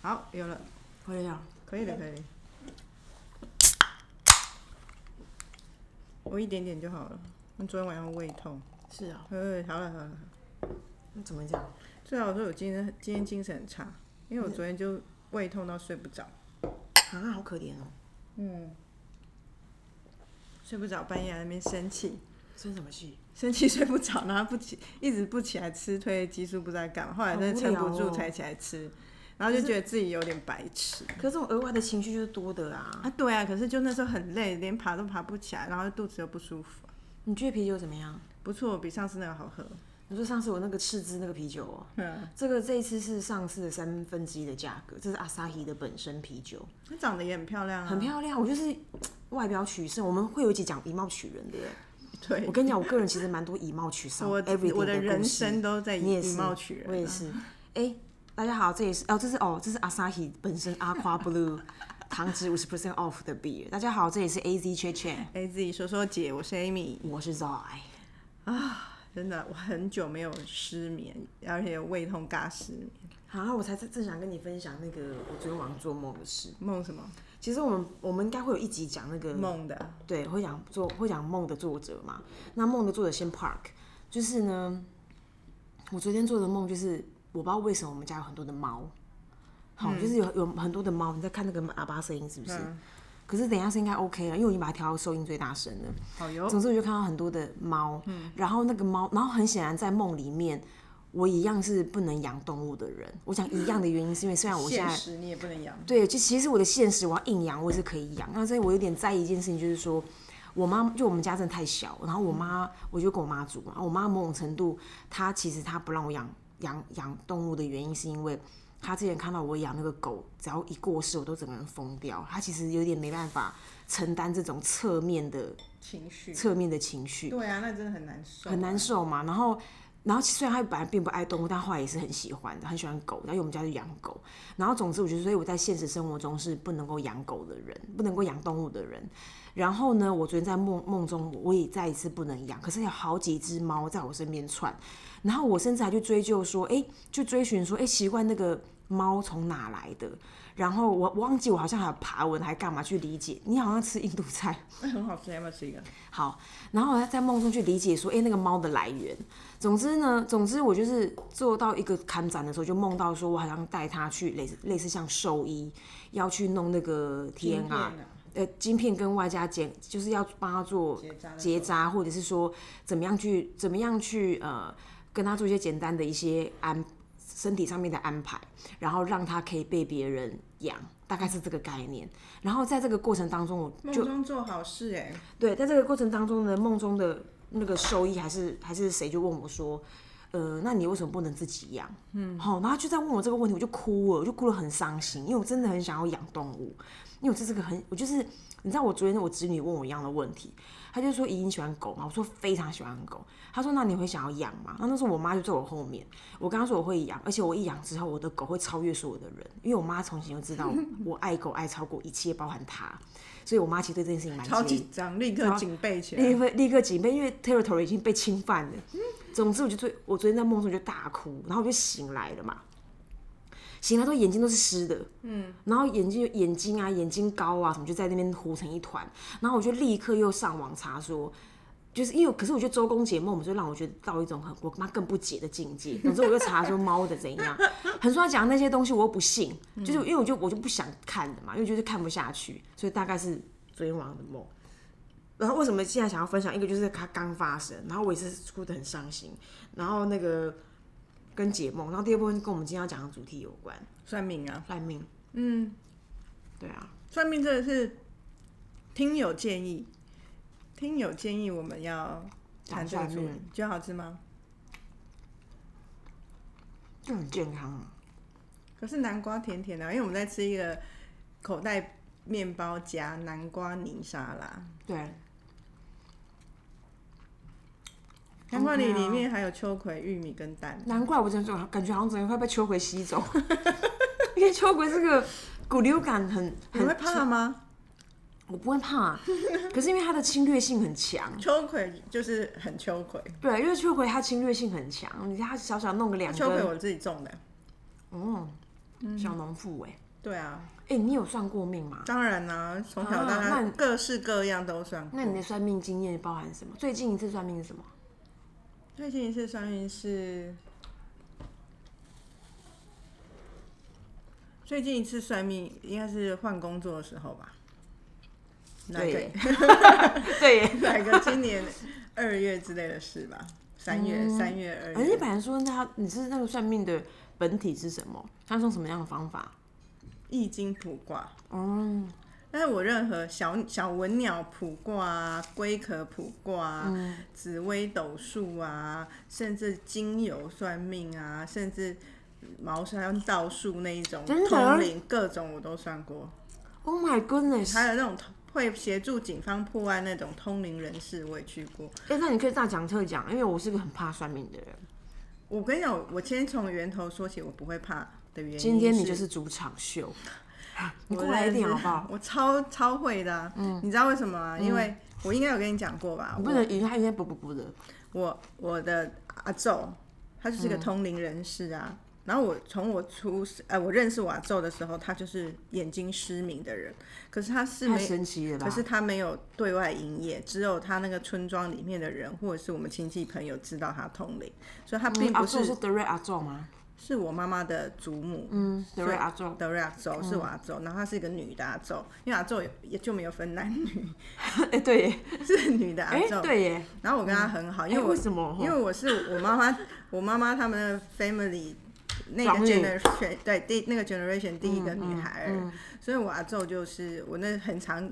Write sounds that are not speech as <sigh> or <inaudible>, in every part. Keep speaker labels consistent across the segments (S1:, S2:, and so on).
S1: 好，有了，
S2: 可以啊，
S1: 可以的，可以的。我一点点就好了。我昨天晚上胃痛，
S2: 是啊，
S1: 呃，好了好了，好了
S2: 那怎么讲？
S1: 最好说我今天今天精神很差，因为我昨天就胃痛到睡不着，
S2: 啊，好可怜哦，
S1: 睡不着，半夜还在那边生气，
S2: 生什么气？
S1: 生气 <laughs> 睡不着，然后不起，一直不起来吃褪黑激素，不知道干嘛，后来真的撑不
S2: 好无
S1: 住
S2: 聊哦
S1: 才起来吃，然后就觉得自己有点白痴。
S2: 可是这种额外的情绪就是多的啊。
S1: 啊，对啊，可是就那时候很累，连爬都爬不起来，然后肚子又不舒服。
S2: 你觉得啤酒怎么样？
S1: 不错，比上次那个好喝。
S2: 你说上次我那个斥资那个啤酒哦，
S1: 嗯，
S2: 这个这一次是上次的三分之一的价格，这是阿萨希的本身啤酒，
S1: 她长得也很漂亮啊，
S2: 很漂亮。我就是外表取胜，我们会有一集讲以貌取人的耶。
S1: 对
S2: 我，跟你讲，我个人其实蛮多以貌取 <laughs> 胜
S1: 我
S2: ，everything
S1: 我的
S2: 故
S1: 人
S2: 事
S1: 生都在
S2: 你也
S1: 以
S2: 是
S1: 以貌取人啊、
S2: 我也 <laughs> 是。哎、大家好，这也是哦，这是哦，这是 Asahi 本身 Aqua Blue <laughs> 糖脂五十 percent off 的 beer。大家好，这也是 AZ Chat <laughs> Chat，
S1: 哎，自己说说姐，我是 Amy，
S2: 我是 Zai。
S1: 真的，我很久没有失眠，而且胃痛尬失眠，
S2: 好，我才正正想跟你分享那个我昨天晚上做梦的事。
S1: 梦什么
S2: 其实我们我们应该会有一集讲那个
S1: 梦的啊，
S2: 对，会讲作会讲梦的作者嘛。那梦的作者先 Park，就是呢，我昨天做的梦就是我不知道为什么我们家有很多的猫，好、
S1: 嗯
S2: 就是有有很多的猫。你在看那个喇叭声音是不是？可是等一下是应该 OK 了，因为我已经把它调到收音最大声了。
S1: 好哟，
S2: 总之我就看到很多的猫，
S1: 嗯
S2: 然后那个猫，然后很显然在梦里面，我一样是不能养动物的人。我讲一样的原因是因为虽然我现
S1: 现
S2: 在
S1: 实你也不能养，
S2: 对，就其实我的现实，我要硬养，我也是可以养。那所以我有点在意一件事情，就是说我妈就我们家真的太小，然后我妈我就跟我妈住嘛，我妈某种程度她其实她不让我养养养动物的原因，是因为她之前看到我养那个狗，只要一过世，我都整个人疯掉。她其实有点没办法承担这种侧面的
S1: 情绪，
S2: 侧面的情绪。
S1: 对啊，那真的很难受，
S2: 很难受嘛。然后，然后虽然他本来并不爱动物，但后来也是很喜欢的，很喜欢狗。然后因为我们家就养狗，然后总之我觉得，所以我在现实生活中是不能够养狗的人，不能够养动物的人。然后呢，我昨天在梦梦中，我也再一次不能养，可是有好几只猫在我身边窜，然后我甚至还去追究说，哎，去追寻说，哎，奇怪那个猫从哪来的？然后我我忘记我好像还有爬文还干嘛去理解，你好像吃印度菜。
S1: 那很好吃，要不要吃一个？
S2: 好，然后我在梦中去理解说，哎、那个猫的来源。总之呢，总之我就是做到一个看展的时候，就梦到说我好像带它去类似类似像兽医，要去弄那个
S1: 晶
S2: TNR，
S1: 片啊，
S2: 呃，晶片跟外加检，就是要帮他做
S1: 结扎的
S2: 结扎，或者是说怎么样去怎么样去呃跟他做一些简单的一些安身体上面的安排，然后让他可以被别人养，大概是这个概念。然后在这个过程当中，我
S1: 梦
S2: 就
S1: 中做好事哎、
S2: 对，在这个过程当中呢，梦中的那个兽医还是还是谁就问我说，呃，那你为什么不能自己养？嗯，好，然后就在问我这个问题，我就哭了，我就哭得很伤心，因为我真的很想要养动物，因为我这是个很，我就是你知道，我昨天我侄女问我一样的问题，她就说姨你喜欢狗吗？我说非常喜欢狗，她说那你会想要养吗？然后那时候我妈就在我后面，我跟她说我会养，而且我一养之后，我的狗会超越所有的人，因为我妈从前就知道我爱狗爱超过一切，包含她。所以我妈其实对这件事情蛮
S1: 超
S2: 介意
S1: 紧张，立刻警备起来。
S2: 立刻立刻警备，因为 territory 已经被侵犯了。总之，我就最我昨天在梦中就大哭，然后我就醒来了嘛，醒来之后眼睛都是湿的，嗯，然后眼睛眼睛啊眼睛膏啊什么就在那边糊成一团，然后我就立刻又上网查说。就是因为，可是我觉得周公解梦，我们就让我觉得到一种很我妈更不解的境界。总之，我就查说猫的怎样，很说他讲的那些东西，我又不信，就是因为我就我就不想看的嘛，因为就是看不下去，所以大概是昨天晚上的梦。然后为什么现在想要分享？一个就是它刚发生，然后我也是哭得很伤心，然后那个跟解梦，然后第二部分跟我们今天要讲的主题有关，
S1: 算命啊，
S2: 算命。嗯，对啊，
S1: 算命真的是听友建议，听友建议我们要谈这个
S2: 讲
S1: 主
S2: 算
S1: 题
S2: 命，
S1: 觉得好吃吗？
S2: 就很健康啊。
S1: 可是南瓜甜甜的啊、因为我们在吃一个口袋面包夹南瓜泥沙拉，
S2: 对，啊
S1: 南瓜泥
S2: OK 啊
S1: 里面还有秋葵、玉米跟蛋。
S2: 难怪我真的感觉好像整个快被秋葵吸 <laughs> 走，因为秋葵这个骨流感很
S1: 你会
S2: 很，
S1: 怕吗？
S2: 我不会怕，啊 <laughs> 可是因为它的侵略性很强。
S1: 秋葵就是很秋葵，
S2: 对，啊因为秋葵它侵略性很强，你看它小小弄个两
S1: 啊秋葵
S2: 根，
S1: 我自己种的，
S2: 嗯，小农妇哎
S1: 对啊，
S2: 哎，欸你有算过命吗？
S1: 当然啦、从小到
S2: 啊那
S1: 大
S2: 你
S1: 各式各样都算过。
S2: 那你的算命经验包含什么？最近一次算命是什么？
S1: 最近一次算命是，最近一次算命应该是换工作的时候吧？哪
S2: 对
S1: 个
S2: 耶对耶，
S1: <laughs> 哪个今年二月之类的事吧？三月、三月、二
S2: 哦而且
S1: 月，
S2: 本来说他你是那个算命的本体是什么？他是用什么样的方法？
S1: 易经卜卦。
S2: 哦，
S1: 但是我任何小小文鸟卜卦啊、龟壳卜卦啊、
S2: 嗯
S1: 紫微斗数啊，甚至精油算命啊，甚至茅山道术那一种
S2: 真的
S1: 通灵，各种我都算过。
S2: Oh my goodness！
S1: 还有那种通会协助警方破案那种通灵人士，我也去过。
S2: 哎、那你可以大讲特讲，因为我是个很怕算命的人。
S1: 我跟你讲，我先从源头说起，我不会怕的原因。
S2: 今天你就是主
S1: <laughs>
S2: 场秀，你过来一点好不好？嗯
S1: 我超超会的啊、你知道为什么吗？因为我应该有跟你讲过吧，
S2: 你不能赢，他应该不不不的。
S1: 我我的阿昼，他就是
S2: 嗯
S1: 个通灵人士啊。然后我从我出世，呃，我认识我阿昼的时候，他就是眼睛失明的人，可是他是
S2: 太
S1: 没。
S2: 神奇了吧
S1: 可？是他没有对外营业，只有他那个村庄里面的人或者是我们亲戚朋友知道他通灵，所以他并
S2: 嗯阿
S1: 不
S2: 宙
S1: 是、
S2: 是德瑞阿宙吗？
S1: 是我妈妈的祖母，
S2: 嗯，德瑞
S1: 对
S2: 阿宙。
S1: 德瑞阿周是我阿周，然后她是一个女的阿周，因为阿周也就没有分男 <laughs> 女，
S2: <laughs> 哎、对耶，
S1: 是女的阿
S2: 哎、
S1: 周。
S2: 对耶，
S1: 然后我跟她很好，因为
S2: 哎
S1: 我
S2: 为什么？
S1: 因为我是我妈 <laughs> 妈，我妈妈他们的 family 那
S2: 长
S1: 个
S2: 女
S1: generation 对第那个 generation 第一个女孩儿，
S2: 嗯
S1: 所以我阿昼就是我那很常。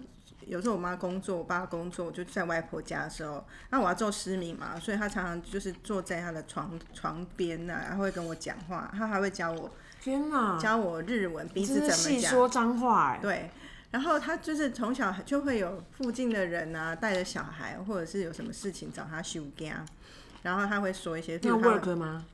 S1: 有时候我妈工作，我爸工作，我就在外婆家的时候，那我阿昼失明嘛，所以她常常就是坐在她的床床边呐、啊，然后会跟我讲话，她还会教我
S2: 天哪，
S1: 教我日文，鼻
S2: 你
S1: 子
S2: 真
S1: 怎
S2: 是细
S1: 么讲，
S2: 说脏话哎。
S1: 对，然后他就是从小就会有附近的人啊，带着小孩，或者是有什么事情找他休假，然后他会说一些，
S2: 那
S1: 譬如他
S2: work 吗？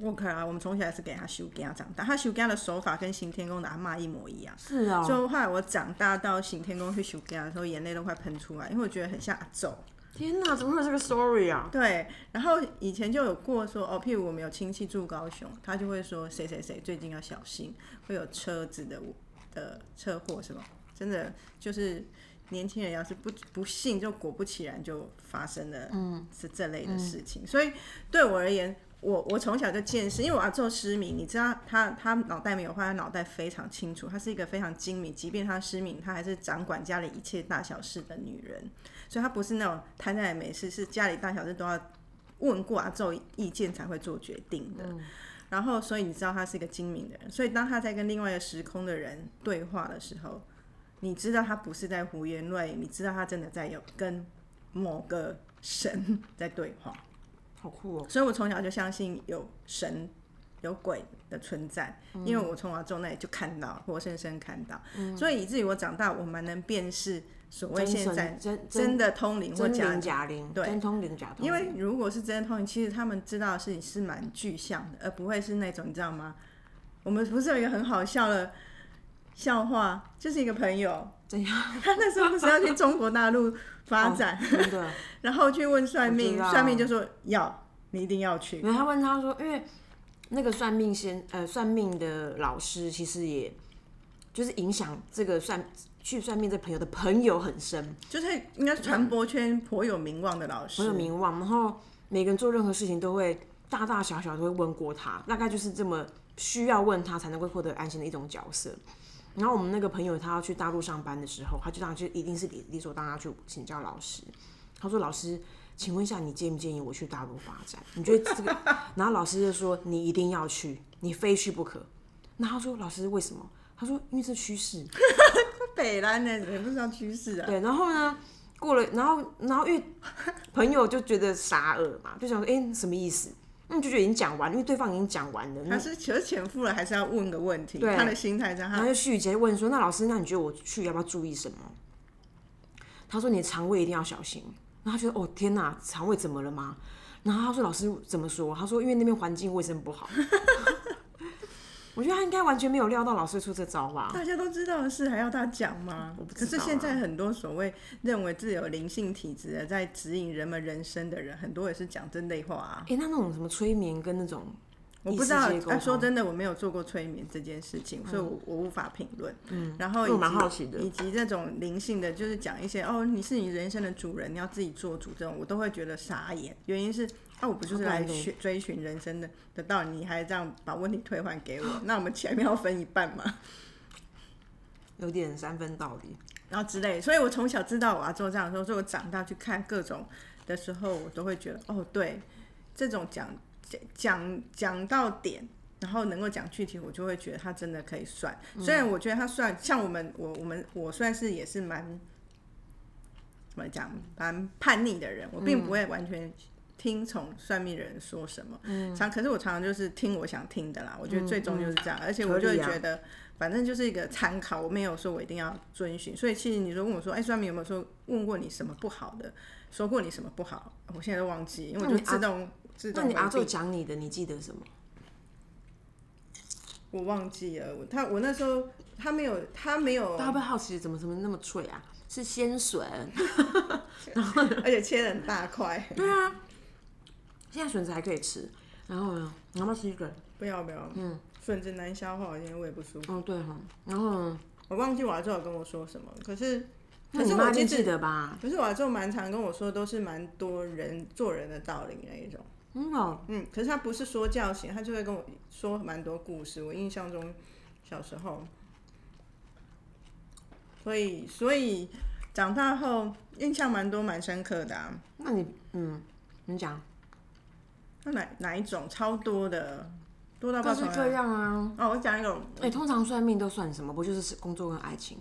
S1: work 啊，我们从小也是给他休假长大，他休假的手法跟行天宫的阿妈一模一样。
S2: 是啊、
S1: 所以后来我长大到行天宫去休假的时候，眼泪都快喷出来，因为我觉得很像阿昼。
S2: 天哪，怎么会有这个 story 啊？
S1: 对，然后以前就有过说哦，譬如我们有亲戚住高雄，他就会说谁谁谁最近要小心，会有车子的的车祸什么，真的就是年轻人要是不不信，就果不其然就发生了，嗯，是这类的事情。所以对我而言，我我从小就见识，因为我阿昼失明，你知道他他脑袋没有坏，他脑袋非常清楚，她是一个非常精明，即便她失明，她还是掌管家里一切大小事的女人，所以她不是那种摊在没事，是家里大小事都要问过阿昼意见才会做决定的。然后，所以你知道她是一个精明的人，所以当她在跟另外一个时空的人对话的时候，你知道她不是在胡言乱语，你知道她真的在有跟某个神在对话。
S2: 好酷哦！
S1: 所以我从小就相信有神、有鬼的存在，因为我从阿周那里就看到，活生生看到，所以以至于我长大，我蛮能辨识所谓现在
S2: 真
S1: 真
S2: 真
S1: 的通灵或
S2: 真
S1: 假
S2: 灵假灵，
S1: 对
S2: 真通灵假通灵。
S1: 因为如果是真的通灵，其实他们知道的事情是蛮具象的，而不会是那种你知道吗？我们不是有一个很好笑的笑话，就是一个朋友，
S2: <laughs> 怎
S1: 样？ <laughs> 他那时候不是要去中国大陆发展， <laughs>
S2: 真的，
S1: 然后去问算
S2: 我
S1: 命，
S2: 知道
S1: 算命就说要，你一定要去。
S2: 然后他问他说，因为那个算命先呃算命的老师其实也就是影响这个算去算命这朋友的朋友很深，
S1: 就是应该传播圈颇有名望的老师，
S2: 朋友名望，然后每个人做任何事情都会大大小小都会问过他，大概就是这么需要问他才能够获得安心的一种角色。然后我们那个朋友他要去大陆上班的时候，他就当然就一定是理理所当然要去请教老师。他说：“老师，请问一下，你建不建议我去大陆发展？你觉得这个？” <laughs> 然后老师就说：“你一定要去，你非去不可。”那他说：“老师，为什么？”他说：“因为这趋势。”
S1: 北兰的人不知道趋势啊。
S2: 对，然后呢，过了，然后然后因为朋友就觉得傻耳嘛，就想说，哎、什么意思？那你就觉得已经讲完，因为对方已经讲完了，
S1: 他
S2: 那
S1: 是其实潜伏了，还是要问个问题。
S2: 对
S1: 他的心态是
S2: 然后
S1: 他
S2: 就续接问说，那老师，那你觉得我去要不要注意什么？他说你的肠胃一定要小心。然后他觉得哦天哪，肠胃怎么了吗？然后他说老师怎么说？他说因为那边环境卫生不好。 <laughs> 我觉得他应该完全没有料到老师会出这招吧。
S1: 大家都知道的事，还要他讲吗？
S2: 我不
S1: 可
S2: 知道啊
S1: 是现在很多所谓认为自己有灵性体质的，在指引人们人生的人，很多也是讲这类话啊。
S2: 哎、那那种什么催眠跟那种
S1: 我不知道
S2: 异世界沟，
S1: 哎，
S2: 通嗯
S1: 说真的，我没有做过催眠这件事情，所以我我无法评论。嗯，然后以
S2: 那我蛮
S1: 及
S2: 好奇的
S1: 以及这种灵性的，就是讲一些哦，你是你人生的主人，你要自己做主这种，我都会觉得傻眼。原因是，啊，我不就是
S2: 啊不然
S1: 来
S2: 嘞
S1: 寻追寻人生的的道理，你还这样把问题退还给我，那我们前面要分一半嘛，
S2: 有点三分道理。
S1: 然后之类。所以我从小知道我要做这样的时候，所以我长大去看各种的时候，我都会觉得哦，对，这种讲讲讲讲到点。然后能够讲具体，我就会觉得他真的可以算。虽
S2: 嗯
S1: 然我觉得他算，像我们，我我们我算是也是蛮怎么讲，蛮叛逆的人，我并
S2: 嗯
S1: 不会完全听从算命的人说什么。
S2: 嗯
S1: 常可是我常常就是听我想听的啦。我觉得最终就是这样，而且我就会
S2: 合理啊
S1: 觉得，反正就是一个参考，我没有说我一定要遵循。所以其实你说问我说，哎，算命有没有说问过你什么不好的，说过你什么不好？我现在都忘记，因为我就
S2: 那你
S1: 自动自
S2: 那
S1: 动
S2: 你阿
S1: 回
S2: 昼
S1: 避
S2: 讲你的，你记得什么？
S1: 我忘记了。我他我那时候他没有他没有
S2: 大，家会不会好奇怎么怎么那么脆啊？是鲜笋，
S1: 而且切的很大块。
S2: <laughs> 对啊，现在笋子还可以吃。然后呢，你要不要吃一根？
S1: 不要不要，嗯，顺子难消化，我今天胃不舒服。
S2: 哦，对哈。然后呢，
S1: 我忘记我阿舅有跟我说什么，可是
S2: 那
S1: 可
S2: 你
S1: 是
S2: 妈
S1: 我
S2: 一
S1: 记
S2: 定记
S1: 得，
S2: 得吧？
S1: 可是我阿舅蛮常跟我说，都是蛮多人做人的道理那一种。
S2: 嗯哦，
S1: 嗯，可是他不是说教型，他就会跟我说蛮多故事。我印象中小时候，所以所以长大后印象蛮多蛮深刻的、啊。
S2: 那你嗯，你讲
S1: 那哪哪一种超多的，多到爆
S2: 各式
S1: 炸。
S2: 各样啊。
S1: 哦，我讲一个，
S2: 哎、通常算命都算什么？不就是工作跟爱情？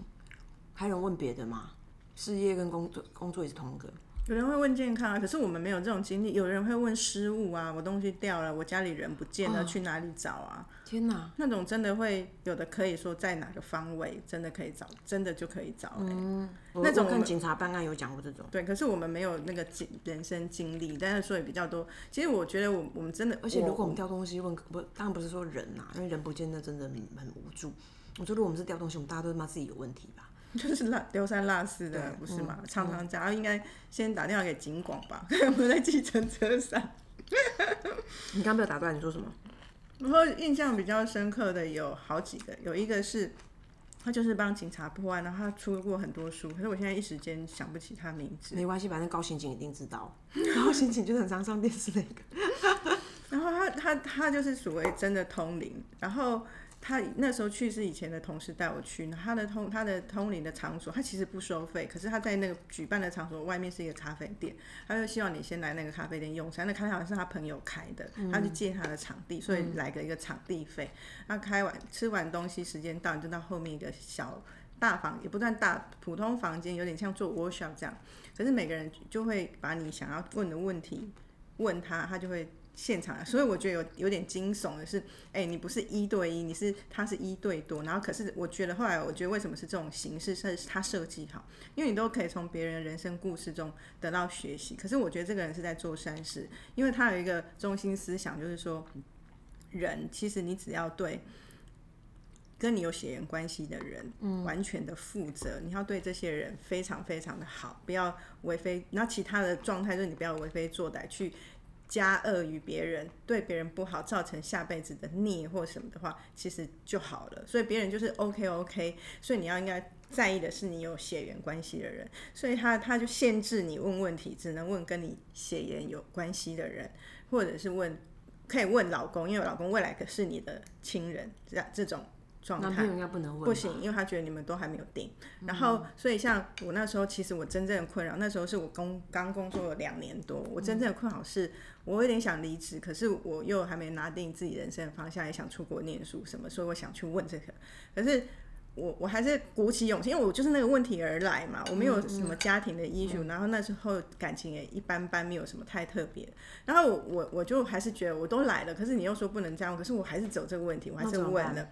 S2: 还有人问别的吗？事业跟工作，工作也是同一个。
S1: 有人会问健康啊，可是我们没有这种经历。有人会问失误啊，我东西掉了，我家里人不见
S2: 哦
S1: 了，去哪里找啊？
S2: 天哪！
S1: 那种真的会有的，可以说在哪个方位，真的可以找，真的就可以找、
S2: 嗯
S1: 欸。
S2: 我
S1: 那种
S2: 我
S1: 我
S2: 跟
S1: 们
S2: 警察办案有讲过这种，
S1: 对，可是我们没有那个经人生经历，但是所以比较多。其实我觉得我我们真的，
S2: 而且如果我们掉东西问，不，当然不是说人呐、因为人不见得真的很很无助。我说，如果我们是掉东西，我们大家都他妈自己有问题吧？
S1: 就是落丢三落四的，
S2: 对嗯
S1: 不是吗？常常讲，应该先打电话给警广吧， <laughs> 我们在计程车上。
S2: 你刚刚没有打断，你说什么？
S1: 然后印象比较深刻的有好几个，有一个是他就是帮警察破案，然后他出过很多书，可是我现在一时间想不起他名字。
S2: 没关系，反正高刑警一定知道。高刑警就是很常上电视那个。
S1: 然后他他他就是所谓真的通灵，然后他那时候去是以前的同事带我去，他的通他的通灵的场所，他其实不收费，可是他在那个举办的场所外面是一个咖啡店，他就希望你先来那个咖啡店用餐，那咖啡好像是他朋友开的，他去借他的场地，所以来个一个场地费。那开完吃完东西，时间到你就到后面一个小。大房也不算大，普通房间有点像做 workshop 这样，可是每个人就会把你想要问的问题问他，他就会现场啊，所以我觉得有有点惊悚的是，哎、你不是一对一，你是他是一对多，然后可是我觉得后来我觉得为什么是这种形式是他设计好，因为你都可以从别人人生故事中得到学习。可是我觉得这个人是在做善事，因为他有一个中心思想，就是说，人其实你只要对跟你有血缘关系的人，完全的负责，你要对这些人非常非常的好，不要为非。那其他的状态就是你不要为非作歹去。加恶于别人，对别人不好，造成下辈子的孽或什么的话，其实就好了。所以别人就是 OK OK，所以你要应该在意的是你有血缘关系的人，所以他他就限制你问问题，只能问跟你血缘有关系的人，或者是问可以问老公，因为老公未来可是你的亲人，这样这种状
S2: 男
S1: 态
S2: 朋。友应该不能问嗯吧。
S1: 不行，因为他觉得你们都还没有定。然后，所以像我那时候，其实我真正的困扰，那时候是我工刚工作了两年多，我真正的困扰是，我有点想离职，可是我又还没拿定自己人生的方向，也想出国念书什么，所以我想去问这个，可是。我我还是鼓起勇气，因为我就是那个问题而来嘛，我没
S2: 嗯
S1: 有什么家庭的 issue，、然后那时候感情也一般般，没有什么太特别。然后我我我就还是觉得我都来了，可是你又说不能这样，可是我还是走这个问题，我还
S2: 那
S1: 是
S2: 怎么
S1: 问
S2: 办
S1: 了。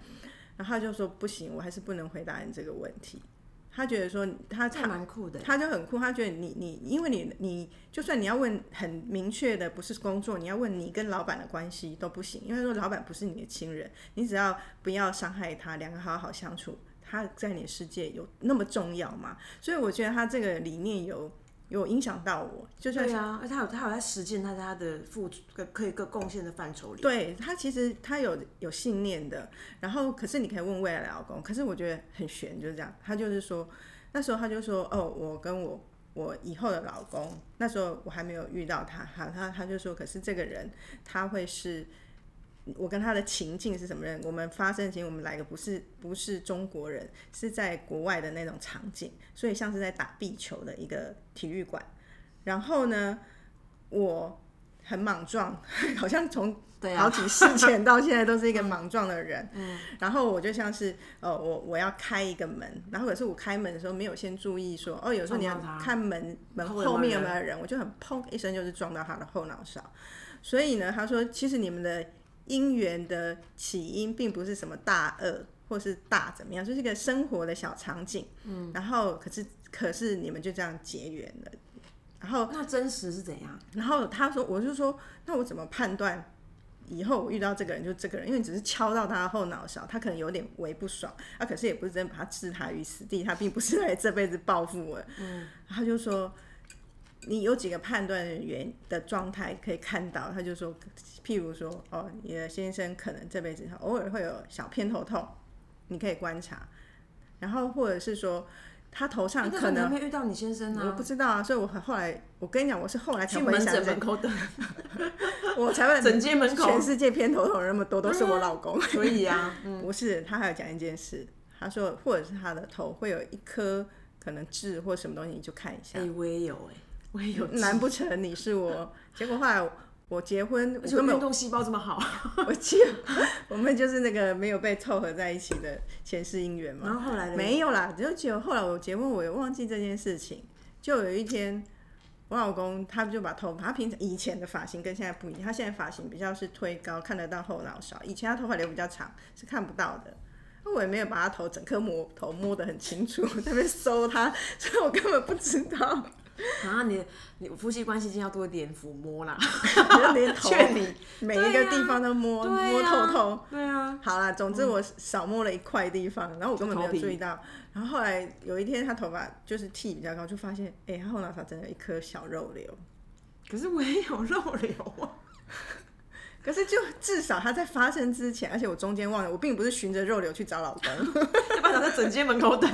S1: 然后他就说不行，我还是不能回答你这个问题。他觉得说他
S2: 这还
S1: 他
S2: 蛮酷的。欸
S1: 他就很酷，他觉得你你，因为你你就算你要问很明确的，不是工作，你要问你跟老板的关系都不行，因为说老板不是你的亲人，你只要不要伤害他，两个好好相处，他在你的世界有那么重要吗？所以我觉得他这个理念有。有影响到我，就算
S2: 对啊，而他有他有在实践他在他的付出可可以各贡献的范畴里，
S1: 对他其实他有有信念的，然后可是你可以问未来的老公，可是我觉得很悬，就是这样。他就是说，那时候他就说，哦，我跟我我以后的老公，那时候我还没有遇到他，哈，他他就说，可是这个人他会是。我跟他的情境是什么人？我们发生情，我们来个不是不是中国人，是在国外的那种场景，所以像是在打壁球的一个体育馆。然后呢，我很莽撞， <laughs> 好像从
S2: 对啊
S1: 好几世前到现在都是一个莽撞的人。嗯，然后我就像是呃，我我要开一个门，然后可是我开门的时候没有先注意说，哦，有时候你要
S2: 撞到他
S1: 看门门
S2: 后面有
S1: 后面有
S2: 没
S1: 没
S2: 有
S1: 有人，我就很砰一声就是撞到他的后脑勺。所以呢，他说其实你们的因缘的起因并不是什么大恶或是大怎么样，就是一个生活的小场景。嗯，然后可是可是你们就这样结缘了，然后。
S2: 那真实是怎样？
S1: 然后他说，我就说，那我怎么判断以后我遇到这个人就这个人？因为你只是敲到他的后脑勺，他可能有点微不爽，啊，可是也不是真的把他置他于死地，他并不是来这辈子报复我。嗯，他就说，你有几个判断的原的状态可以看到，他就说，譬如说，哦，你的先生可能这辈子他偶尔会有小偏头痛，你可以观察，然后或者是说。他头上
S2: 那
S1: 可
S2: 你
S1: 能
S2: 还没遇到你先生
S1: 我
S2: 啊
S1: 不，知道啊，所以我很后来，我跟你讲，我是后来才
S2: 去
S1: 回
S2: 门
S1: 想
S2: 诊
S1: 这
S2: 门口等，
S1: <laughs> 我才会
S2: 整间门口
S1: 全世界偏头痛的那么多都是我老公。
S2: 可以啊， <laughs> 嗯
S1: 不是，他还有讲一件事，他说或者是他的头会有一颗可能痣或什么东西，你就看一下
S2: 哎、。我也有哎、我也有，
S1: 难不成你是我？结果后来我我结婚，
S2: 而
S1: 我
S2: 且我
S1: 根
S2: 运
S1: 本
S2: 动细胞这么好，
S1: 我记，我们就是那个没有被凑合在一起的前世姻缘嘛。
S2: 然后后来呢？
S1: 没有啦，只有结后来我结婚，我也忘记这件事情。就有一天，我老公他就把头发，他平常以前的发型跟现在不一样，他现在发型比较是推高，看得到后脑勺。以前他头发留比较长，是看不到的。那我也没有把他头整颗摸头摸得很清楚， <laughs> 我在那边搜他，所以我根本不知道，
S2: 啊，你你夫妻关系一定要多一点抚摸啦，
S1: 就连头
S2: 劝你
S1: 每一个地方都摸、摸透透。，
S2: 对啊，
S1: 好啦，总之我少摸了一块地方，然后我根本没有注意
S2: 嗯
S1: 到。然后后来有一天，他头发就是剃比较高，就发现，哎、他后脑勺真的有一颗小肉瘤。
S2: 可是我也有肉瘤啊，
S1: 可是就至少他在发生之前，而且我中间忘了，我并不是循着肉瘤去找老
S2: <laughs>
S1: 公，
S2: 要不然在整间门口
S1: <laughs>
S2: 等，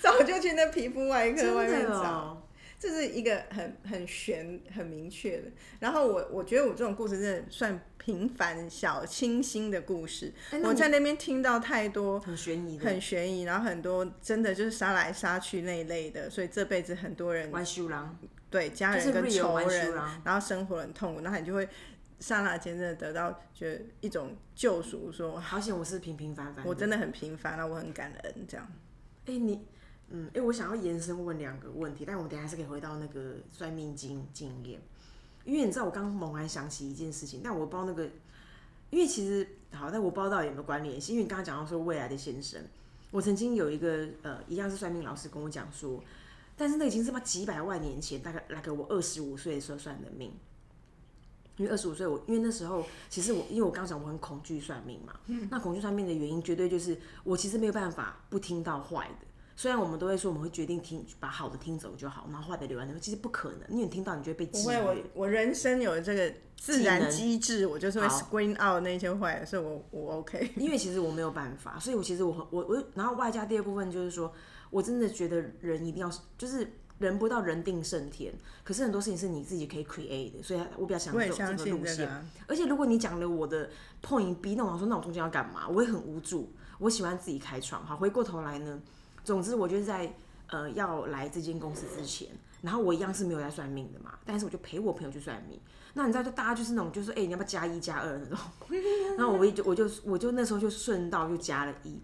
S1: 早就去那皮肤外科
S2: 真
S1: 外面
S2: 的
S1: 找。
S2: 哦，
S1: 这是一个很很玄、很明确的。然后我我觉得我这种故事真的算平凡小清新的故事。
S2: 哎那
S1: 我
S2: 你
S1: 在那边听到太多
S2: 很悬疑的，
S1: 很悬疑，然后很多真的就是杀来杀去那一类的，所以这辈子很多人
S2: 玩修郎，
S1: 对家
S2: 就是
S1: 人跟
S2: real
S1: 仇
S2: 完
S1: 人
S2: 事啊，
S1: 然后生活很痛苦，那你就会刹那间真的得到觉得一种救赎，说哇
S2: 好险我是平平凡凡，
S1: 我真的很平凡啊，我很感恩这样。
S2: 哎、你，嗯，哎、我想要延伸问两个问题，但我们等一下还是可以回到那个算命经经验，因为你知道我刚猛然想起一件事情，但我不知道那个，因为其实好，但我不知道到底有没有关联性，因为你刚刚讲到说未来的先生，我曾经有一个呃，一样是算命老师跟我讲说，但是那已经是妈几百万年前，大概大概我二十五岁的时候算的命。因为二十五岁，我因为那时候其实我，因为我刚刚讲我很恐惧算命嘛，
S1: 嗯
S2: 那恐惧算命的原因绝对就是我其实没有办法不听到坏的。虽然我们都会说我们会决定听把好的听走就好，然后坏的留在那边，其实不可能，因为你听到你就会被
S1: 不
S2: 制
S1: 会，我
S2: 约。
S1: 我人生有这个自
S2: 技
S1: 然
S2: 能
S1: 机制，我就是会
S2: 好
S1: screen out 那些坏的，所以我我 <laughs>
S2: <laughs>
S1: OK。
S2: 因为其实我没有办法，所以我其实我很我我，然后外加第二部分就是说，我真的觉得人一定要就是人不到人定胜天，可是很多事情是你自己可以 create 的，所以我比较想
S1: 我
S2: 走
S1: 也
S2: 这
S1: 相
S2: 个
S1: 信
S2: 路
S1: 这
S2: 线
S1: 个。啊，
S2: 而且如果你讲了我的 point B，那我想说，那我中间要干嘛？我会很无助。我喜欢自己开创。好，回过头来呢，总之我就是在呃要来这间公司之前，然后我一样是没有在算命的嘛，但是我就陪我朋友去算命。那你知道，就大家就是那种，就是哎、欸你要不要加一加二那种？然后我一就我就我就那时候就顺道就加了一，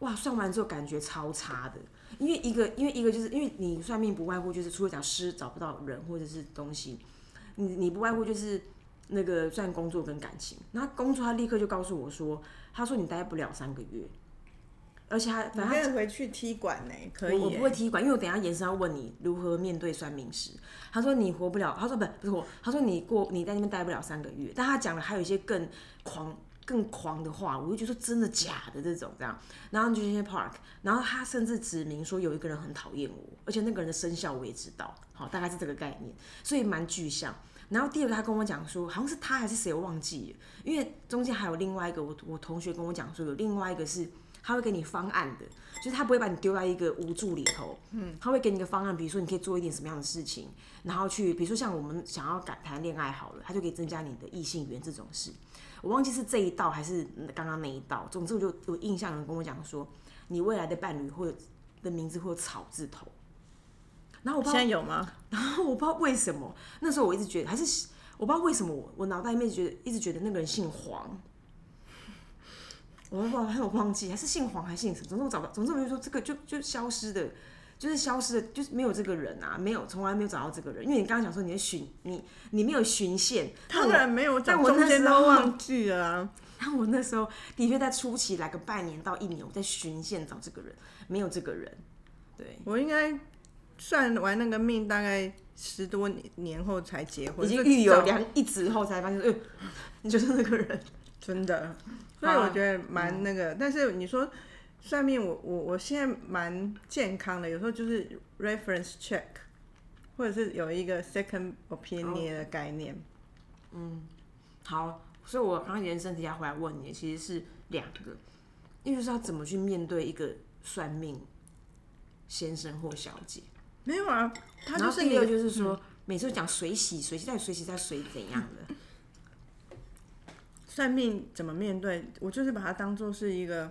S2: 哇，算完之后感觉超差的。因为一个，因为一个就是因为你算命不外乎就是除了找师找不到人或者是东西，你你不外乎就是那个算工作跟感情。那工作他立刻就告诉我说，他说你待不了三个月，而且他
S1: 你
S2: 反正
S1: 可
S2: 他
S1: 以回去踢馆呢，可以欸
S2: 我我
S1: 耶
S2: 不会踢馆，因为我等一下延伸要问你如何面对算命师。他说你活不了，他说不不是我，他说你过你在那边待不了三个月，但他讲了还有一些更狂更狂的话，我就觉得说真的假的这种这样，然后就去 park，然后他甚至指明说有一个人很讨厌我，而且那个人的生肖我也知道，好，大概是这个概念，所以蛮具象。然后第二个他跟我讲说，好像是他还是谁我忘记了，因为中间还有另外一个我我同学跟我讲说有另外一个是。他会给你方案的，就是他不会把你丢在一个无助里头，嗯，他会给你一个方案，比如说你可以做一点什么样的事情，然后去，比如说像我们想要敢谈恋爱好了，他就可以增加你的异性缘这种事。我忘记是这一道还是刚刚那一道，总之我就有印象有人跟我讲说，你未来的伴侣或者的名字会有草字头，然后我不
S1: 现
S2: 知
S1: 在
S2: 道
S1: 有吗？
S2: 我不知道为什么，那时候我一直觉得还是我不知道为什么我我脑袋里面觉得一直觉得那个人姓黄，我不知道，还有忘记还是姓黄还是姓什么，总之我找不到，总之我就说这个就就消失的，就是消失的，就是没有这个人啊，没有从来没有找到这个人，因为你刚刚讲说你的寻你你没有寻线，
S1: 当然没有，
S2: 但
S1: 但
S2: 我
S1: 中
S2: 那
S1: 间
S2: 时
S1: 都
S2: 候
S1: 忘记了、啊。
S2: 然后我那时候的确在初期来个半年到一年，我在寻线找这个人，没有这个人，对，
S1: 我应该算完那个命，大概十多年年后才结婚，
S2: 已经
S1: 这
S2: 预有
S1: 早
S2: 良一直后才发现，哎、呦你就是那个人。
S1: 真 <laughs> 的，所以
S2: 好啊
S1: 我觉得蛮那个。但是你说算命我，我我现在蛮健康的，有时候就是 reference check，或者是有一个 second opinion 的概念。
S2: 好，所以我刚刚延伸底下回来问你，其实是两个，一个就是要怎么去面对一个算命先生或小姐，
S1: 没有啊，他
S2: 然
S1: 就
S2: 后
S1: 是
S2: 第
S1: 你
S2: 二
S1: 的嗯
S2: 个就是说，每次都讲水洗，水洗再水洗再水怎样的，
S1: 算命怎么面对，我就是把它当做是一个，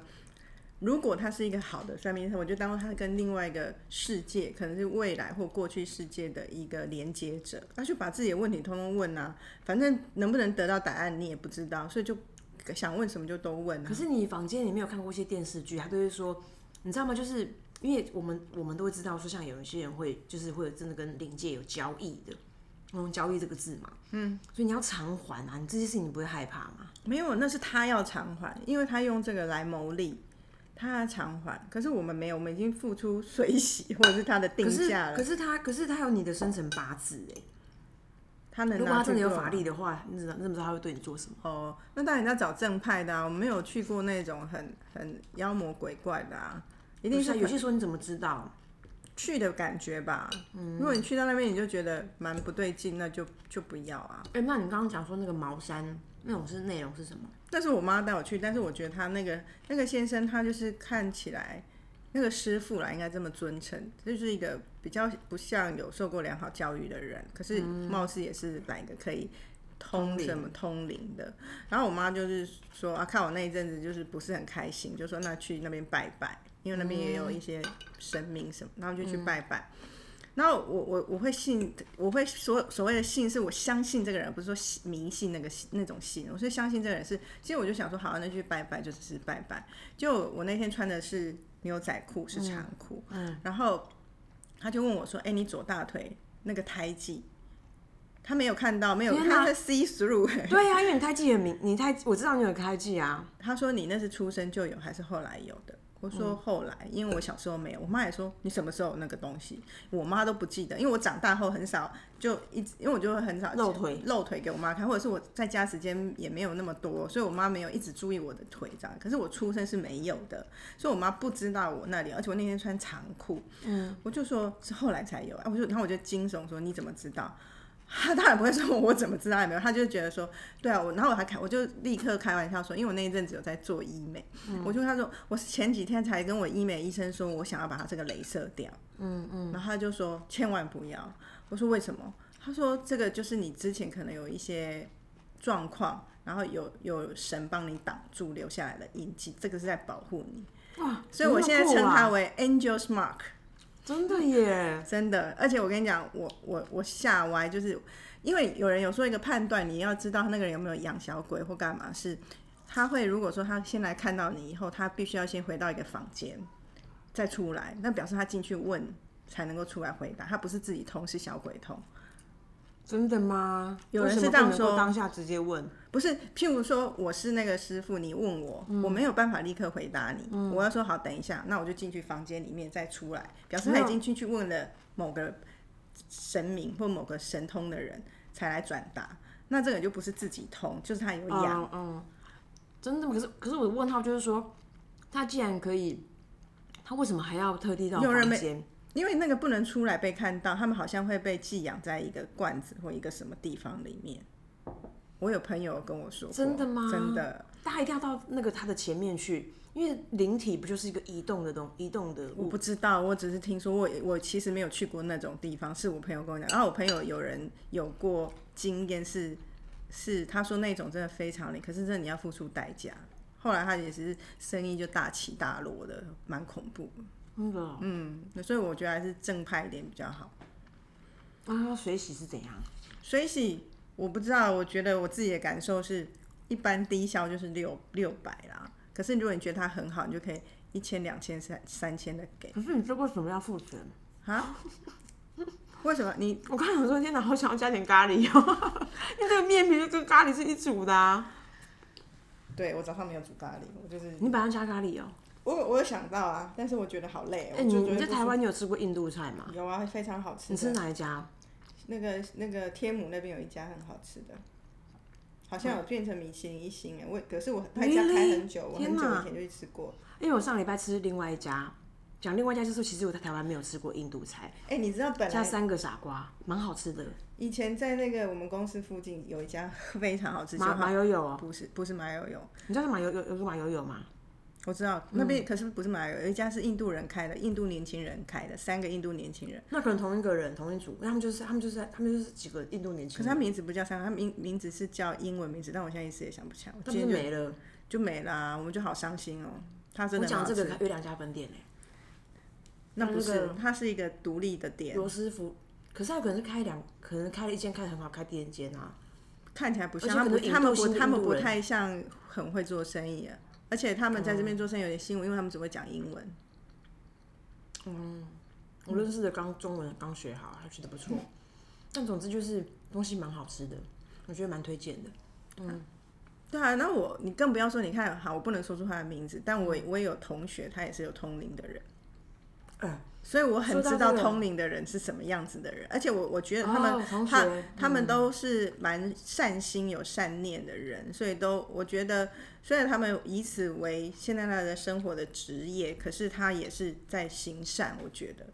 S1: 如果他是一个好的算命师，我就当做他跟另外一个世界，可能是未来或过去世界的一个连接者，他就把自己的问题通通问啊，反正能不能得到答案你也不知道，所以就想问什么就都问啊
S2: 可。是你房间里面有看过一些电视剧，他都会说，你知道吗？就是因为我们我们都会知道说，像有一些人会就是会真的跟灵界有交易的，我用交易这个字嘛，嗯，所以你要偿还啊，你这些事情你不会害怕吗？
S1: 没有，那是他要偿还，因为他用这个来牟利，他要偿还。可是我们没有，我们已经付出水洗或者是他的定
S2: 可是
S1: 价
S2: 可
S1: 了，
S2: 是他可是他有你的生辰八字哎、
S1: 他能
S2: 如果
S1: 拿
S2: 他
S1: 去
S2: 真的有
S1: 做
S2: 法力的话，你怎么你怎么知道他会对你做什么？
S1: 哦，那当然要找正派的啊，我们没有去过那种很很妖魔鬼怪的啊，一定
S2: 不啊
S1: 是
S2: 有些时候你怎么知道？
S1: 去的感觉吧。
S2: 嗯
S1: 如果你去到那边你就觉得蛮不对劲，那就就不要啊。
S2: 哎、那你刚刚讲说那个茅山那种是内容是什么？
S1: 但是我妈带我去，但是我觉得他那个那个先生，他就是看起来那个师傅啦，应该这么尊称，就是一个比较不像有受过良好教育的人，可是貌似也是来一个可以通
S2: 通灵
S1: 什么嗯通灵的。然后我妈就是说啊，看我那一阵子就是不是很开心，就说那去那边拜拜，因为那边也有一些神明什么，然后就去拜拜。然后我我我会信，我会所所谓的信是我相信这个人，不是说信迷信那个信那种信，我是相信这个人是。其实我就想说，好，那就去拜拜，就只是拜拜。就我那天穿的是牛仔裤，是长裤，然后他就问我说：“哎、你左大腿那个胎记？”他没有看到，没有，
S2: 天哪
S1: 他在 see through、哎
S2: <laughs> 对啊呀、因为你胎记很明，你胎我知道你有胎记啊。
S1: 他说你那是出生就有还是后来有的？我说后来，因为我小时候没有。我妈也说你什么时候有那个东西？我妈都不记得，因为我长大后很少就一直，因为我就会很少
S2: 露腿
S1: 露腿给我妈看，或者是我在家时间也没有那么多，所以我妈没有一直注意我的腿这样。可是我出生是没有的，所以我妈不知道我那里，而且我那天穿长裤，嗯，我就说是后来才有啊，我就然后我就惊悚说你怎么知道？他当然不会说我怎么知道有没有，他就觉得说对啊，我然后我还开，我就立刻开玩笑说，因为我那一阵子有在做医美，
S2: 嗯
S1: 我就跟他说，我前几天才跟我医美医生说我想要把他这个镭射掉，嗯嗯，然后他就说千万不要，我说为什么？他说这个就是你之前可能有一些状况，然后有有神帮你挡住留下来的印记，这个是在保护你，
S2: 哇，
S1: <laughs> 所以我
S2: 怎
S1: 现
S2: 么
S1: 在
S2: 那么
S1: 称
S2: 酷啊
S1: 它为 Angel's Mark。
S2: 真的耶。
S1: 真的，而且我跟你讲，我我我吓歪，就是因为有人有说一个判断，你要知道那个人有没有养小鬼或干嘛，是他会如果说他先来看到你以后，他必须要先回到一个房间再出来，那表示他进去问才能够出来回答，他不是自己通是小鬼通，
S2: 真的吗？
S1: 有人
S2: 为什么
S1: 是这样
S2: 不能够
S1: 说
S2: 当下直接问，
S1: 不是，譬如说我是那个师傅，你问我，我
S2: 嗯
S1: 没有办法立刻回答你，我要说好等一下，那我就进去房间里面再出来，表示他已经进去问了某个神明或某个神通
S2: 哦
S1: 的人才来转达，那这个就不是自己通，就是他有养。
S2: 嗯嗯，真的吗？可是可是我的问号就是说，他既然可以，他为什么还要特地到
S1: 有人
S2: 房
S1: 没
S2: 间？
S1: 因为那个不能出来被看到，他们好像会被寄养在一个罐子或一个什么地方里面。我有朋友跟我说过，
S2: 真的吗
S1: 真的
S2: 大家一定要到那个他的前面去，因为灵体不就是一个移动的东移动的
S1: 我
S2: 物？
S1: 不知道，我只是听说我，我其实没有去过那种地方，是我朋友跟我讲。然后我朋友有人有过经验是，是他说那种真的非常灵，可是这你要付出代价。后来他也是生意就大起大落的，蛮恐怖。
S2: 真的哦
S1: 嗯，所以我觉得还是正派一点比较好。
S2: 啊，水洗是怎样？
S1: 水洗我不知道，我觉得我自己的感受是，一般低消就是六六百啦。可是如果你觉得它很好，你就可以一千、两千、三三千的给
S2: 可是你这为什么要付钱？
S1: 啊？ <laughs> 为什么你
S2: 我刚才想说，天哪，好想要加点咖喱哦， <laughs> 因为这个面皮就跟咖喱是一组的、啊。
S1: 对我早上没有煮咖喱，我就是
S2: 你本来要加咖喱哦。
S1: 我有我有想到啊，但是我觉得好累哦，
S2: 哎、
S1: 我
S2: 你
S1: 就觉
S2: 你
S1: 得
S2: 在
S1: 不
S2: 台湾你有吃过印度菜吗？
S1: 有啊，非常好吃
S2: 你吃
S1: 的。
S2: 哪一家？
S1: 那个那个天母那边有一家很好吃的，好像有变成米其林一星哎，我可是我他家开
S2: 嗯 Really？
S1: 很久，我很
S2: 天
S1: 久
S2: 哪
S1: 以前就去吃过。
S2: 因为我上礼拜吃另外一家，讲另外一家就是其实我在台湾没有吃过印度菜，
S1: 哎、你知道本来
S2: 加三个傻瓜，蛮好吃的。
S1: 以前在那个我们公司附近有一家 <laughs> 非常好吃，
S2: 马
S1: 叫
S2: 马友友哦，
S1: 不是不是麻油油，
S2: 你知道马友友有个马友友吗？
S1: 我知道那
S2: 嗯
S1: 边可是不是麻油油，有一家是印度人开的，印度年轻人开的，三个印度年轻人，
S2: 那可能同一个人同一组，那他们就是他们就是他们就是几个印度年
S1: 可是
S2: 轻
S1: 他
S2: 人，
S1: 名字不叫三个，他名名字是叫英文名字，但我现在一时也想不起来，我
S2: 他
S1: 今
S2: 们
S1: 天就
S2: 就没了。
S1: 就没啦、我们就好伤心哦、他真
S2: 我
S1: 的很
S2: 讲
S1: 好
S2: 这个
S1: 吃，
S2: 开月亮加分店哎、
S1: 那不
S2: 那
S1: 是
S2: 个，
S1: 它是一个独立的店，
S2: 罗斯福，可是他可能是开两，可能开了一间开得很好，开第二间啊。
S1: 看起来不像，
S2: 而且
S1: 他
S2: 可
S1: 们不他
S2: 能
S1: 们
S2: 印度
S1: 不
S2: 新
S1: 他们
S2: 印度
S1: 不
S2: 人
S1: 太像很会做生意啊，而且他们在这边做生意有点辛苦，因为他们只会讲英文。
S2: 我认识的刚中文刚学好，还觉得不错。但总之就是东西蛮好吃的，我觉得蛮推荐的。
S1: 对啊，那我你更不要说，你看，好，我不能说出他的名字，但我我也有同学，他也是有通灵的人，
S2: 嗯，
S1: 所以我很知
S2: 说到
S1: 道
S2: 这个
S1: 通灵的人是什么样子的人，而且我我觉得他们、
S2: 哦同学
S1: 他他们都是蛮善心、有善念的人，所以都我觉得，虽然他们以此为现在他的生活的职业，可是他也是在行善，我觉得，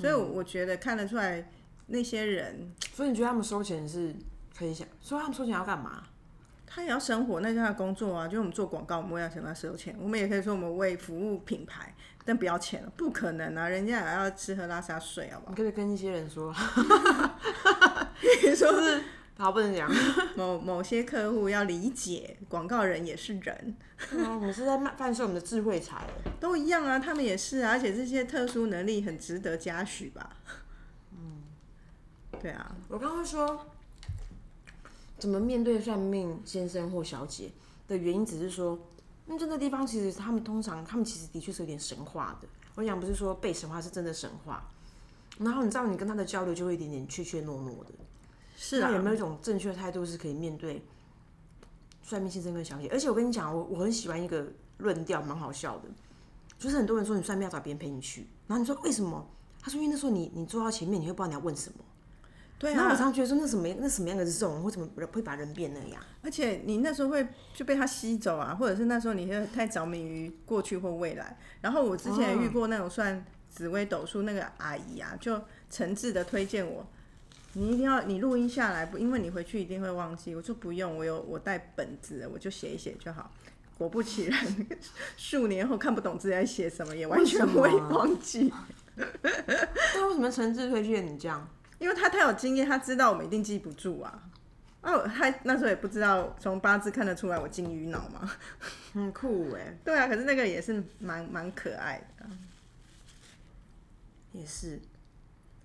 S1: 所以我我觉得看得出来那些人，
S2: 所以你觉得他们收钱是可以想，所以他们收钱要干嘛？
S1: 他也要生活，那就是他的工作啊。就是我们做广告，我们为了想要收钱，我们也可以说我们为服务品牌，但不要钱了，不可能啊！人家也要吃喝拉撒睡，好不好
S2: <laughs> 你？可不可以跟一些人说，
S1: 你说
S2: 就是好不能讲， <laughs>
S1: 某某些客户要理解，广告人也是人，
S2: 嗯我们是在卖贩售我们的智慧财。
S1: 都一样啊，他们也是啊，而且这些特殊能力很值得嘉许吧？嗯，对啊，
S2: 我刚刚说，怎么面对算命先生或小姐的原因，只是说，因为这个地方其实他们通常，他们其实的确是有点神话的。我讲不是说被神话，是真的神话。然后你知道，你跟他的交流就会有一点点怯怯懦懦的。
S1: 是
S2: 那
S1: 啊，
S2: 有没有一种正确的态度是可以面对算命先生跟小姐？而且我跟你讲，我我很喜欢一个论调，蛮好笑的，就是很多人说你算命要找别人陪你去，然后你说为什么？他说因为那时候你你坐到前面，你会不知道你要问什么。
S1: 对
S2: 然后我
S1: 啊，
S2: 常常觉得说那什么那什么样的这种，会怎么会把人变那样？
S1: 而且你那时候会就被他吸走啊，或者是那时候你会太着迷于过去或未来。然后我之前也遇过那种算紫微斗数那个阿姨啊，就诚挚的推荐我，你一定要你录音下来，不因为你回去一定会忘记。我说不用，我有我带本子，我就写一写就好。果不其然，数年后看不懂自己在写什么，也完全不
S2: 为
S1: 会
S2: 什么啊
S1: 忘记。
S2: 那啊为什么诚挚推荐你这样？
S1: 因为他太有经验，他知道我们一定记不住啊。哦，他那时候也不知道从八字看得出来我金鱼脑嘛。
S2: 很酷哎，
S1: 对啊，可是那个也是蛮蛮可爱的。
S2: 也是。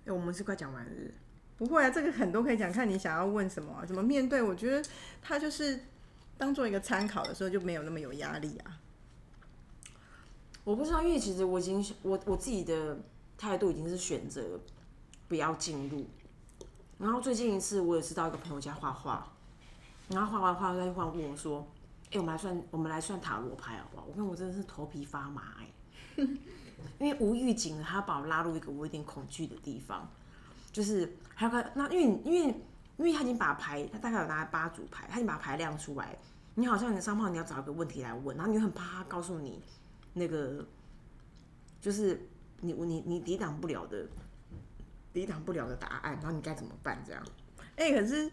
S2: 哎，我们是快讲完了是不是
S1: 不会啊，这个很多可以讲，看你想要问什么啊、怎么面对。我觉得他就是当做一个参考的时候，就没有那么有压力啊。
S2: 我不知道，因为其实我已经我我自己的态度已经是选择不要进入。然后最近一次我也是到一个朋友家画画，然后画完画他就忽然问我说：“哎、我们来算我们来算塔罗牌好不好？”我看我真的是头皮发麻哎、 <laughs> 因为无预警的他把我拉入一个我有点恐惧的地方，就是还有个那因为因为因为他已经把牌他大概有拿八组牌，他已经把牌亮出来，你好像你的商号你要找一个问题来问，然后你又很怕他告诉你那个，就是你你你抵挡不了的，抵挡不了的答案，然后你该怎么办？这样
S1: 哎、可是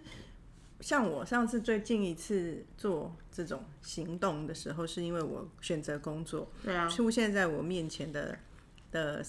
S1: 像我上次最近一次做这种行动的时候，是因为我选择工作，
S2: 对，啊
S1: 出现在我面前的的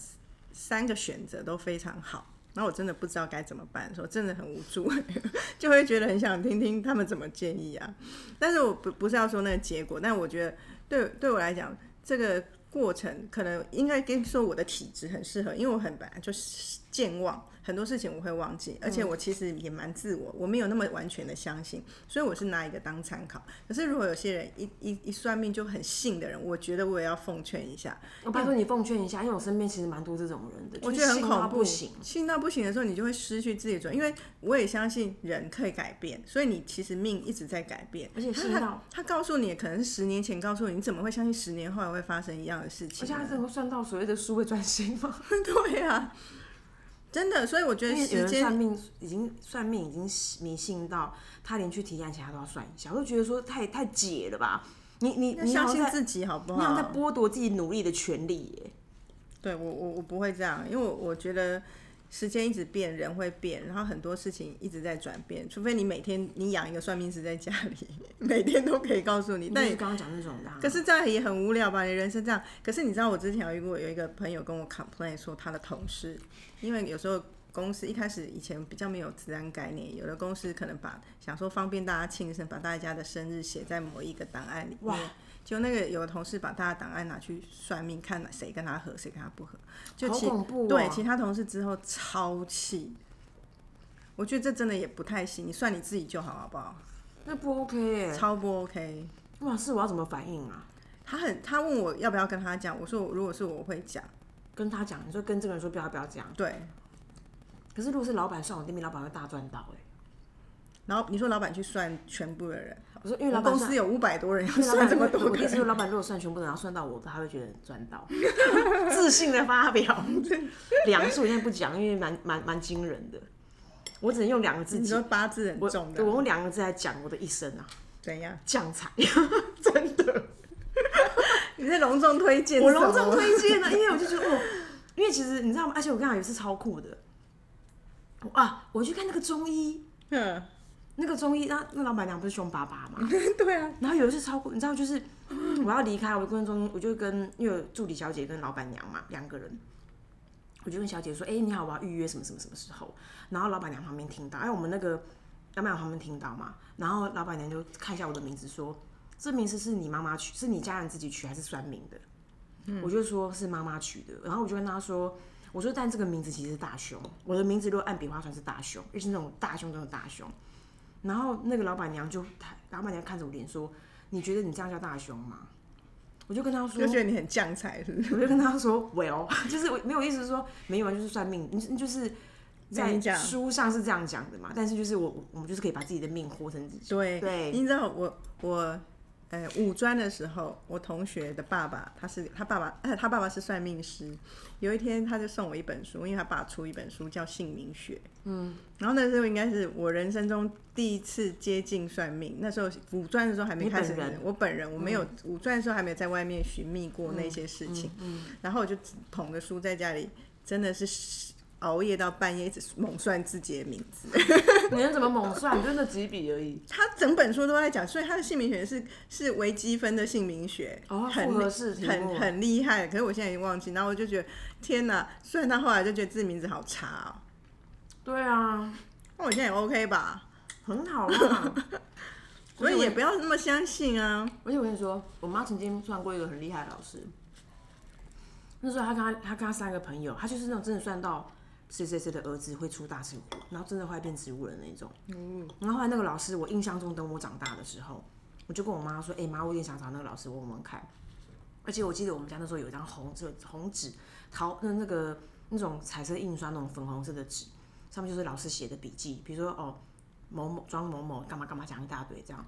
S1: 三个选择都非常好，然后我真的不知道该怎么办，说真的很无助， <laughs> 就会觉得很想听听他们怎么建议啊。但是我不不是要说那个结果，但我觉得对对我来讲，这个过程可能应该跟说我的体质很适合，因为我很本来就是健忘，很多事情我会忘记，而且我其实也蛮自我，我没有那么完全的相信，所以我是拿一个当参考。可是如果有些人一一一算命就很信的人，我觉得我也要奉劝一下，
S2: 我拜托你奉劝一下，因为我身边其实蛮多这种人的，
S1: 我
S2: 就
S1: 觉
S2: 是
S1: 得很
S2: 信到
S1: 恐怖。
S2: 不行。
S1: 信到不行的时候，你就会失去自己的准，因为我也相信人可以改变，所以你其实命一直在改变。
S2: 而且
S1: 他
S2: 信到
S1: 他告诉你，可能是十年前告诉你，你怎么会相信十年后还会发生一样的事
S2: 而
S1: 情
S2: 且
S1: 呢？
S2: 他能够算到所谓的数位专心吗？
S1: <laughs> 对啊，真的，所以我觉
S2: 因
S1: 得
S2: 为有
S1: 时
S2: <laughs> 人算
S1: 间
S2: 命已经算命已经迷信到他连去提案前他都要算一下，我就觉得说太太解了吧？你你
S1: 要
S2: 你
S1: 相
S2: 好像
S1: 信
S2: 在
S1: 自己，好不
S2: 你好像在
S1: 好？
S2: 剥夺自己努力的权利耶。
S1: 对我我我不会这样，因为我我觉得时间一直变，人会变，然后很多事情一直在转变，除非你每天你养一个算命师在家里， <laughs> 每天都可以告诉你，但
S2: 嗯但你刚刚讲那种的啊、
S1: 可是这样也很无聊吧？你人生这样。可是你知道，我之前有一个有一个朋友跟我 complain 说，他的同事，因为有时候公司一开始以前比较没有治安概念，有的公司可能把想说方便大家庆生，把大家的生日写在某一个档案里
S2: 哇
S1: 面。就那个有的同事把大家档案拿去算命，看谁跟他合，谁跟他不合。就
S2: 好
S1: 其
S2: 恐怖、哦，
S1: 对其他同事之后超气，我觉得这真的也不太行。你算你自己就好，好不好？
S2: 那不 OK 耶。
S1: 超不 OK。
S2: 哇，是我要怎么反应啊？
S1: 他很，他问我要不要跟他讲，我说我如果是我会讲，
S2: 跟他讲，你说跟这个人说不要不要讲。
S1: 对。
S2: 可是如果是老板算我店面，老板会大赚到哎。
S1: 然后你说老板去算全部的人，
S2: 我说因为
S1: 我
S2: 老
S1: 们
S2: 板
S1: 公司
S2: 算。
S1: 有五百多人，要
S2: 因为老
S1: 算
S2: 板
S1: 这么多
S2: 我
S1: 个
S2: 的意思
S1: 人，
S2: 是，老板如果算全部的，然后算到我的，他会觉得很赚到，自信的发表。 <laughs> 两个字我现在不讲，因为蛮蛮蛮惊人的。我只能用两个字
S1: 你
S2: 讲，
S1: 说八字很
S2: 我
S1: 重
S2: 我
S1: 的，
S2: 用两个字来讲我的一生啊，
S1: 怎样？<laughs>
S2: 将才。
S1: 你是隆重推荐？
S2: 我隆重，推荐呢，因为我就觉得哦，因为其实你知道吗？而且我跟你讲，有一次超酷的啊！我去看那个中医，
S1: 嗯， <laughs>
S2: 那个中医，那那老板娘不是凶巴巴嘛？
S1: 对啊，
S2: 然后有一次超酷，你知道，就是 <clears throat> 我要离开，我就跟中医，我就跟因为有助理小姐跟老板娘嘛，两个人。我就问小姐说：“哎、你好，我要预约什么什么什么时候？”然后老板娘旁边听到，哎，我们那个老板娘旁边听到嘛，然后老板娘就看一下我的名字说：“这名字是你妈妈取，是你家人自己取还是算命的？”我就说是妈妈取的，然后我就跟她说：“我说但这个名字其实是大胸，我的名字如果按笔画算是大胸，就是那种大胸中的大胸。”然后那个老板娘就，她老板娘看着我脸说：“你觉得你这样叫大胸吗？”我就跟她说：“
S1: 就觉得你很将才，是不是？
S2: 我就跟他说 <laughs> ，Well，就是我没有意思是说没有啊，就是算命，你你就是在
S1: 你讲
S2: 书上是这样讲的嘛，但是就是我我我们就是可以把自己的命活成自己。
S1: 对，
S2: 对
S1: 你知道我我。呃，五专的时候，我同学的爸爸，他是他爸爸，呃他爸爸是算命师。有一天，他就送我一本书，因为他爸出一本书叫《姓名学》。嗯，然后那时候应该是我人生中第一次接近算命。那时候五专的时候还没
S2: 你
S1: 开
S2: 本
S1: 始，
S2: 人嗯
S1: 我本人我没有、五专的时候还没有在外面寻觅过那些事情。
S2: 嗯
S1: 然后我就捧着书在家里，真的是熬夜到半夜，一直猛算自己的名字。
S2: 你能怎么猛算？就那几笔而已。
S1: 他整本书都在讲，所以他的姓名学是是微积分的姓名学，
S2: 哦，
S1: 很
S2: 复合式题目
S1: 很。很厉害。可是我现在已经忘记，然后我就觉得天哪！虽然他后来就觉得自己名字好差
S2: 对啊，
S1: 哦，那我现在也 OK 吧，
S2: 很好啊。
S1: 所以
S2: 我
S1: 也不要那么相信啊。
S2: 而且我跟你说，我妈曾经算过一个很厉害的老师。那时候她跟她她跟她三个朋友，她就是那种真的算到谁谁谁的儿子会出大事故，然后真的会变植物人那种。然后后来那个老师，我印象中等我长大的时候，我就跟我妈说：“哎、妈，我有点想找那个老师问问看。”而且我记得我们家那时候有一张红纸红纸桃那那个那种彩色印刷那种粉红色的纸，上面就是老师写的笔记，比如说哦某某庄某某干嘛干嘛讲一大堆这样。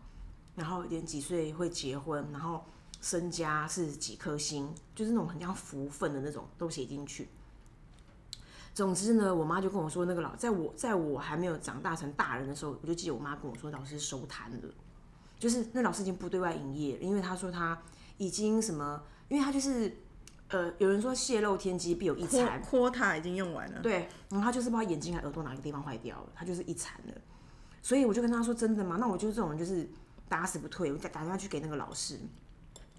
S2: 然后连几岁会结婚，然后身家是几颗星，就是那种很像福分的那种都写进去。总之呢，我妈就跟我说，那个老在我在我还没有长大成大人的时候，我就记得我妈跟我说，老师收摊了。就是那老师已经不对外营业了，因为他说他已经什么，因为他就是呃，有人说泄露天机必有一残，
S1: quota 已经用完了，
S2: 对，然后他就是不知道眼睛还耳朵哪个地方坏掉了，他就是一残了。所以我就跟他说：“真的吗？”那我就是这种人，就是打死不退。我打打电话去给那个老师，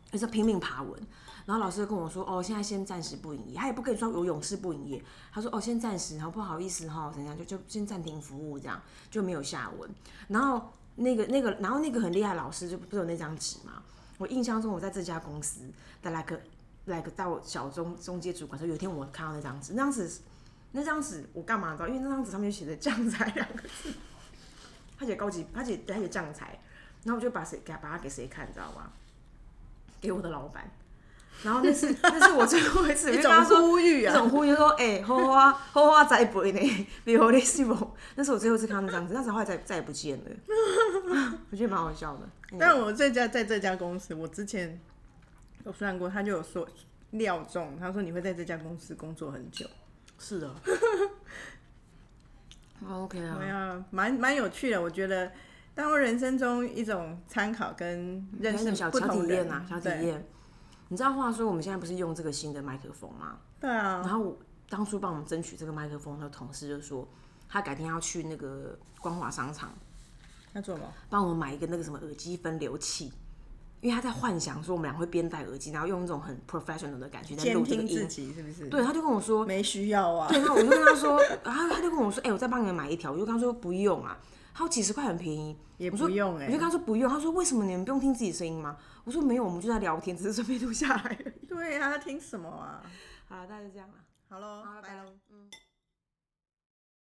S2: 就是拼命爬文。然后老师就跟我说：“哦，现在先暂时不营业。”他也不跟你说有勇士不营业，他说：“哦，先暂时，好不好意思哈，怎样就就先暂停服务，这样就没有下文。”然后那个那个，然后那个很厉害的老师就不是有那张纸嘛？我印象中我在这家公司的 like a- like 到小中中介主管说，有一天我看到那张纸，那张纸那张纸我干嘛你知道？因为那张纸上面就写着“将才”两个字，他写高级，他写他写将才，然后我就把谁给把它给谁看，你知道吗？给我的老板。然后那是那是我最后
S1: <laughs>
S2: 一次，我
S1: 一
S2: 就跟他
S1: 种
S2: 说
S1: 呼吁
S2: 一
S1: 啊，
S2: 种呼吁说，哎、好好啊，好好啊，栽培呢， <laughs> 比我的是不？那是我最后一次看到那张纸，那时候后来再再也不
S1: <laughs>
S2: 见了，我觉得蛮好笑的。嗯
S1: 但我这家在这家公司，我之前有算过，他就有说料中，他说你会在这家公司工作很久，
S2: 是
S1: <laughs>
S2: 的，OK 啊
S1: 对，啊，蛮蛮有趣的，我觉得当人生中一种参考跟认识
S2: 还有小
S1: 不
S2: 小
S1: 同
S2: 体
S1: 人
S2: 验啊，小体
S1: 对
S2: 验。你知道话说我们现在不是用这个新的麦克风吗？
S1: 对啊，
S2: 然后我当初帮我们争取这个麦克风的同事就说，他改天要去那个光华商场
S1: 要做什么？
S2: 帮我们买一个那个什么耳机分流器，因为他在幻想说我们俩会边戴耳机，然后用一种很 professional 的感觉在
S1: 监
S2: 录这个
S1: 听自己
S2: 音。
S1: 是不是？
S2: 对，他就跟我说，
S1: 没需要啊，
S2: 对，然后我就跟他说， <laughs> 然后他就跟我说，哎、我再帮你们买一条。我就跟他说不用啊，他说几十块很便宜。
S1: 也
S2: 我说
S1: 不用哎、
S2: 我就跟他说不用，他说为什么你们不用听自己声音吗？我说没有，我们就在聊天，只是顺便录下来而已。
S1: 对啊，听什么啊？
S2: 好了，大概就这样了。
S1: 好喽
S2: 好，了，
S1: 拜
S2: 拜
S1: 喽
S2: 喽。。嗯。